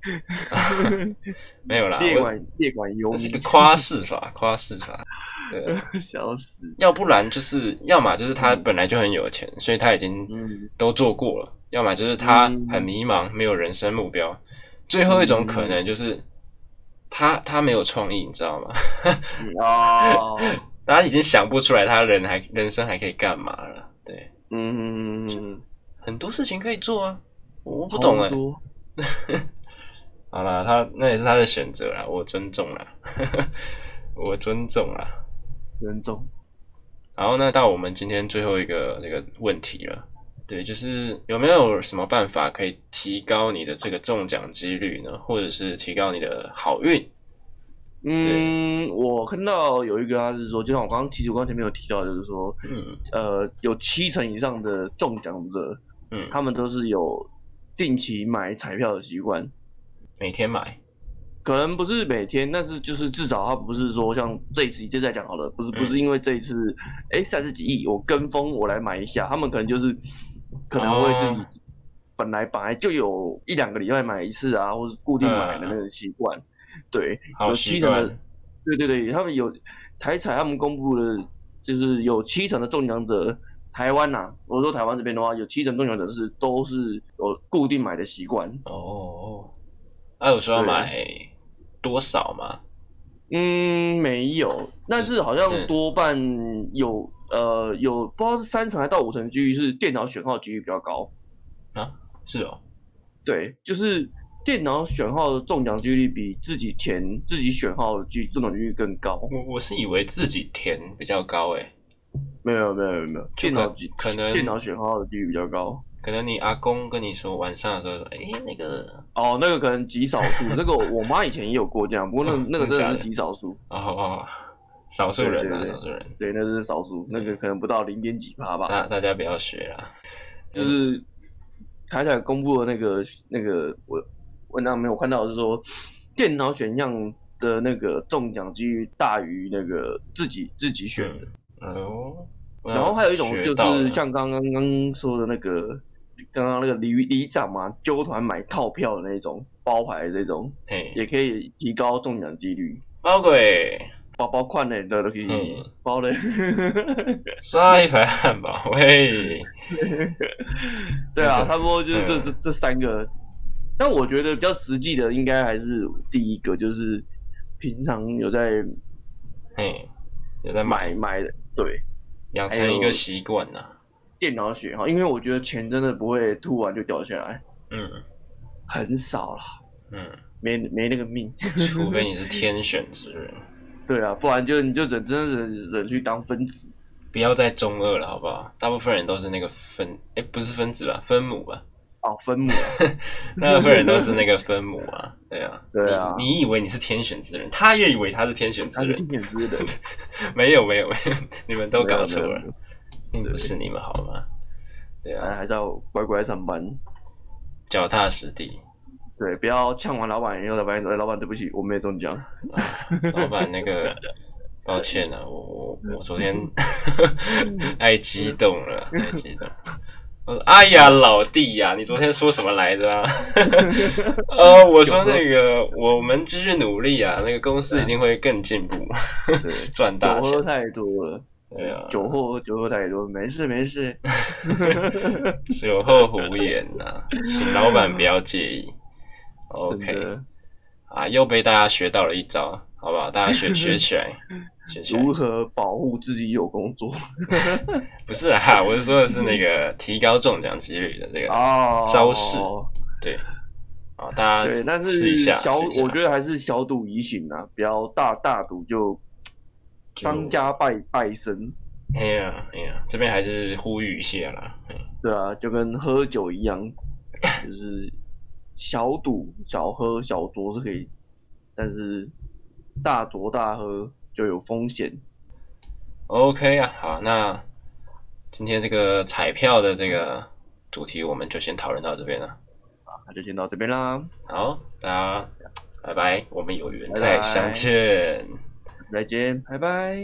Speaker 2: 没有啦，
Speaker 1: 列
Speaker 2: 我
Speaker 1: 管列管游
Speaker 2: 这 [laughs] 是个
Speaker 1: 民， [laughs]
Speaker 2: 夸饰法，夸饰法。对啊，
Speaker 1: 笑死！
Speaker 2: 要不然就是，要么就是他本来就很有钱，所以他已经
Speaker 1: 嗯，
Speaker 2: 都做过了；要么就是他很迷茫，没有人生目标。最后一种可能就是他他没有创意，你知道吗？ [laughs]
Speaker 1: 嗯 [laughs] 哦，
Speaker 2: 他已经想不出来他人还人生还可以干嘛了。对，
Speaker 1: 嗯，
Speaker 2: 很多事情可以做啊，我不懂
Speaker 1: 好
Speaker 2: 哎、
Speaker 1: 多
Speaker 2: 好啦，他那也是他的选择啦，我尊重啦， [laughs] 我尊重啦。
Speaker 1: 人种，
Speaker 2: 然后呢，到我们今天最后一个那个问题了，对，就是有没有什么办法可以提高你的这个中奖几率呢？或者是提高你的好运？
Speaker 1: 嗯，我看到有一个他是说，就像我刚刚其实我刚才没有提到，就是说，
Speaker 2: 嗯
Speaker 1: 呃，有七成以上的中奖者，
Speaker 2: 嗯，
Speaker 1: 他们都是有定期买彩票的习惯，
Speaker 2: 每天买，
Speaker 1: 可能不是每天，但是就是至少他不是说像这一次就在讲好了，不是
Speaker 2: 嗯
Speaker 1: 不是因为这一次，哎、三十几亿，我跟风我来买一下，他们可能就是可能会自己
Speaker 2: 哦
Speaker 1: 本来本来就有一两个礼拜买一次啊，或者固定买的那种习惯，对，
Speaker 2: 好
Speaker 1: 有
Speaker 2: 习
Speaker 1: 七成的
Speaker 2: 惯，
Speaker 1: 对对对，他们有台彩他们公布的，就是有七成的中奖者，台湾呐、啊我说台湾这边的话，有七成中奖者是都是有固定买的习惯，
Speaker 2: 哦。啊，有说要
Speaker 1: 对
Speaker 2: 买多少吗？
Speaker 1: 嗯，没有，但是好像
Speaker 2: 是
Speaker 1: 多半有呃有不知道是三层还到五层几率是电脑选号几率比较高，
Speaker 2: 是哦，
Speaker 1: 对，就是电脑选号的中奖几率比自己填自己选号的几中奖几率更高。
Speaker 2: 我我是以为自己填比较高欸诶，
Speaker 1: 没有没有没有没有，
Speaker 2: 就
Speaker 1: 电
Speaker 2: 可
Speaker 1: 脑几
Speaker 2: 可能
Speaker 1: 电脑选号的几率比较高。
Speaker 2: 可能你阿公跟你说晚上的时候说，诶，那个
Speaker 1: 哦，那个可能极少
Speaker 2: [laughs]
Speaker 1: 数，那个我妈以前也有过这样，不过那
Speaker 2: 嗯
Speaker 1: 那个真
Speaker 2: [laughs] 真
Speaker 1: 的
Speaker 2: 的假
Speaker 1: 是
Speaker 2: 的
Speaker 1: 极少数，
Speaker 2: 哦，少数人啊，
Speaker 1: 对对对
Speaker 2: 少数人，
Speaker 1: 对，那是少数，那个可能不到零点几趴吧。
Speaker 2: 啊大大家不要学啦。
Speaker 1: 就是台彩公布的那个那个文文章没有看到是说，电脑选项的那个中奖几率大于那个自己自己选的。
Speaker 2: 哦，
Speaker 1: 然后还有一种就
Speaker 2: 学到了
Speaker 1: 是像刚刚刚说的那个，刚刚那个里里长嘛，纠团买套票的那种包牌的那种，
Speaker 2: 嘿，
Speaker 1: 也可以提高中奖几率。
Speaker 2: 猫鬼
Speaker 1: 包包款的都可以
Speaker 2: 嗯
Speaker 1: 包的，
Speaker 2: 刷一排汉堡，
Speaker 1: [laughs]
Speaker 2: 喂，
Speaker 1: 对啊
Speaker 2: 没错，
Speaker 1: 差不多就是这
Speaker 2: 嗯
Speaker 1: 这这三个。但我觉得比较实际的应该还是第一个，就是平常有在
Speaker 2: 嘿，有在买，
Speaker 1: 买买的，对，
Speaker 2: 养成一个习惯啊呐。
Speaker 1: 电脑血哈，因为我觉得钱真的不会突然就掉下来，
Speaker 2: 嗯
Speaker 1: 很少啦，
Speaker 2: 嗯，
Speaker 1: 没没那个命。 [laughs]
Speaker 2: 除非你是天选之人，
Speaker 1: 对啊，不然就你就忍，真的忍忍去当分子。
Speaker 2: 不要再中二了，好不好？大部分人都是那个分，哎，不是分子吧，分母吧，
Speaker 1: 哦，分母啊，
Speaker 2: 大部分人都是那个分母啊，对啊，
Speaker 1: 对啊
Speaker 2: 你你以为你是天选之人，他也以为 [laughs] 他是天选
Speaker 1: 他是
Speaker 2: 之人
Speaker 1: [laughs] 经，典之人，
Speaker 2: 没有没有没有， [laughs] 你们 [laughs] 都搞错
Speaker 1: 嗯没有没
Speaker 2: 了
Speaker 1: 有没有，
Speaker 2: 并不是你们好吗？对
Speaker 1: 哎，
Speaker 2: 啊，
Speaker 1: 还是要乖乖上班。
Speaker 2: 脚踏实
Speaker 1: [laughs]
Speaker 2: 地，
Speaker 1: 对，不要呛完老板，以后老板说：“哎老板，对不起，我没有中奖。
Speaker 2: 老板那个，抱歉啊，我我我昨天
Speaker 1: 嗯
Speaker 2: [laughs] 太激动了，太激动。我说哎呀，老弟呀、你昨天说什么来着啊？ [laughs] 呃，我说那个，我们继续努力啊，那个公司一定会更进步，，
Speaker 1: 对
Speaker 2: [laughs] 赚大
Speaker 1: 酒
Speaker 2: 钱
Speaker 1: 喝。太多了，
Speaker 2: 对啊，
Speaker 1: 酒后酒喝太多，没事没事。
Speaker 2: 酒后胡言呐、请老板不要介
Speaker 1: [laughs]
Speaker 2: 意。
Speaker 1: 真
Speaker 2: OK
Speaker 1: 的，
Speaker 2: 啊，又被大家学到了一招，好不好？大
Speaker 1: [laughs]
Speaker 2: 家学学起来，学起来。
Speaker 1: 如何保护自己有工作？
Speaker 2: 不是啊，我是说的是那个提高中奖几率的这个。
Speaker 1: 哦，
Speaker 2: 招式对，啊，大家
Speaker 1: 对，但
Speaker 2: 试
Speaker 1: 是
Speaker 2: 一下，
Speaker 1: 小
Speaker 2: 试一下
Speaker 1: 我觉得还是小赌怡情啊，不要大大赌就
Speaker 2: 就
Speaker 1: 商家败败身。
Speaker 2: 哎呀哎呀，这边还是呼吁一下啦，哎
Speaker 1: 对啊，就跟喝酒一
Speaker 2: [laughs]
Speaker 1: 样，就是小赌小喝小酌是可以，但是大酌大喝就有风险。
Speaker 2: OK 啊，好，那今天这个彩票的这个主题我们就先讨论到这边了。
Speaker 1: 那就先到这边啦，
Speaker 2: 好，大家拜拜，我们有缘
Speaker 1: 拜
Speaker 2: 再
Speaker 1: 拜
Speaker 2: 相见。
Speaker 1: 再见，拜拜。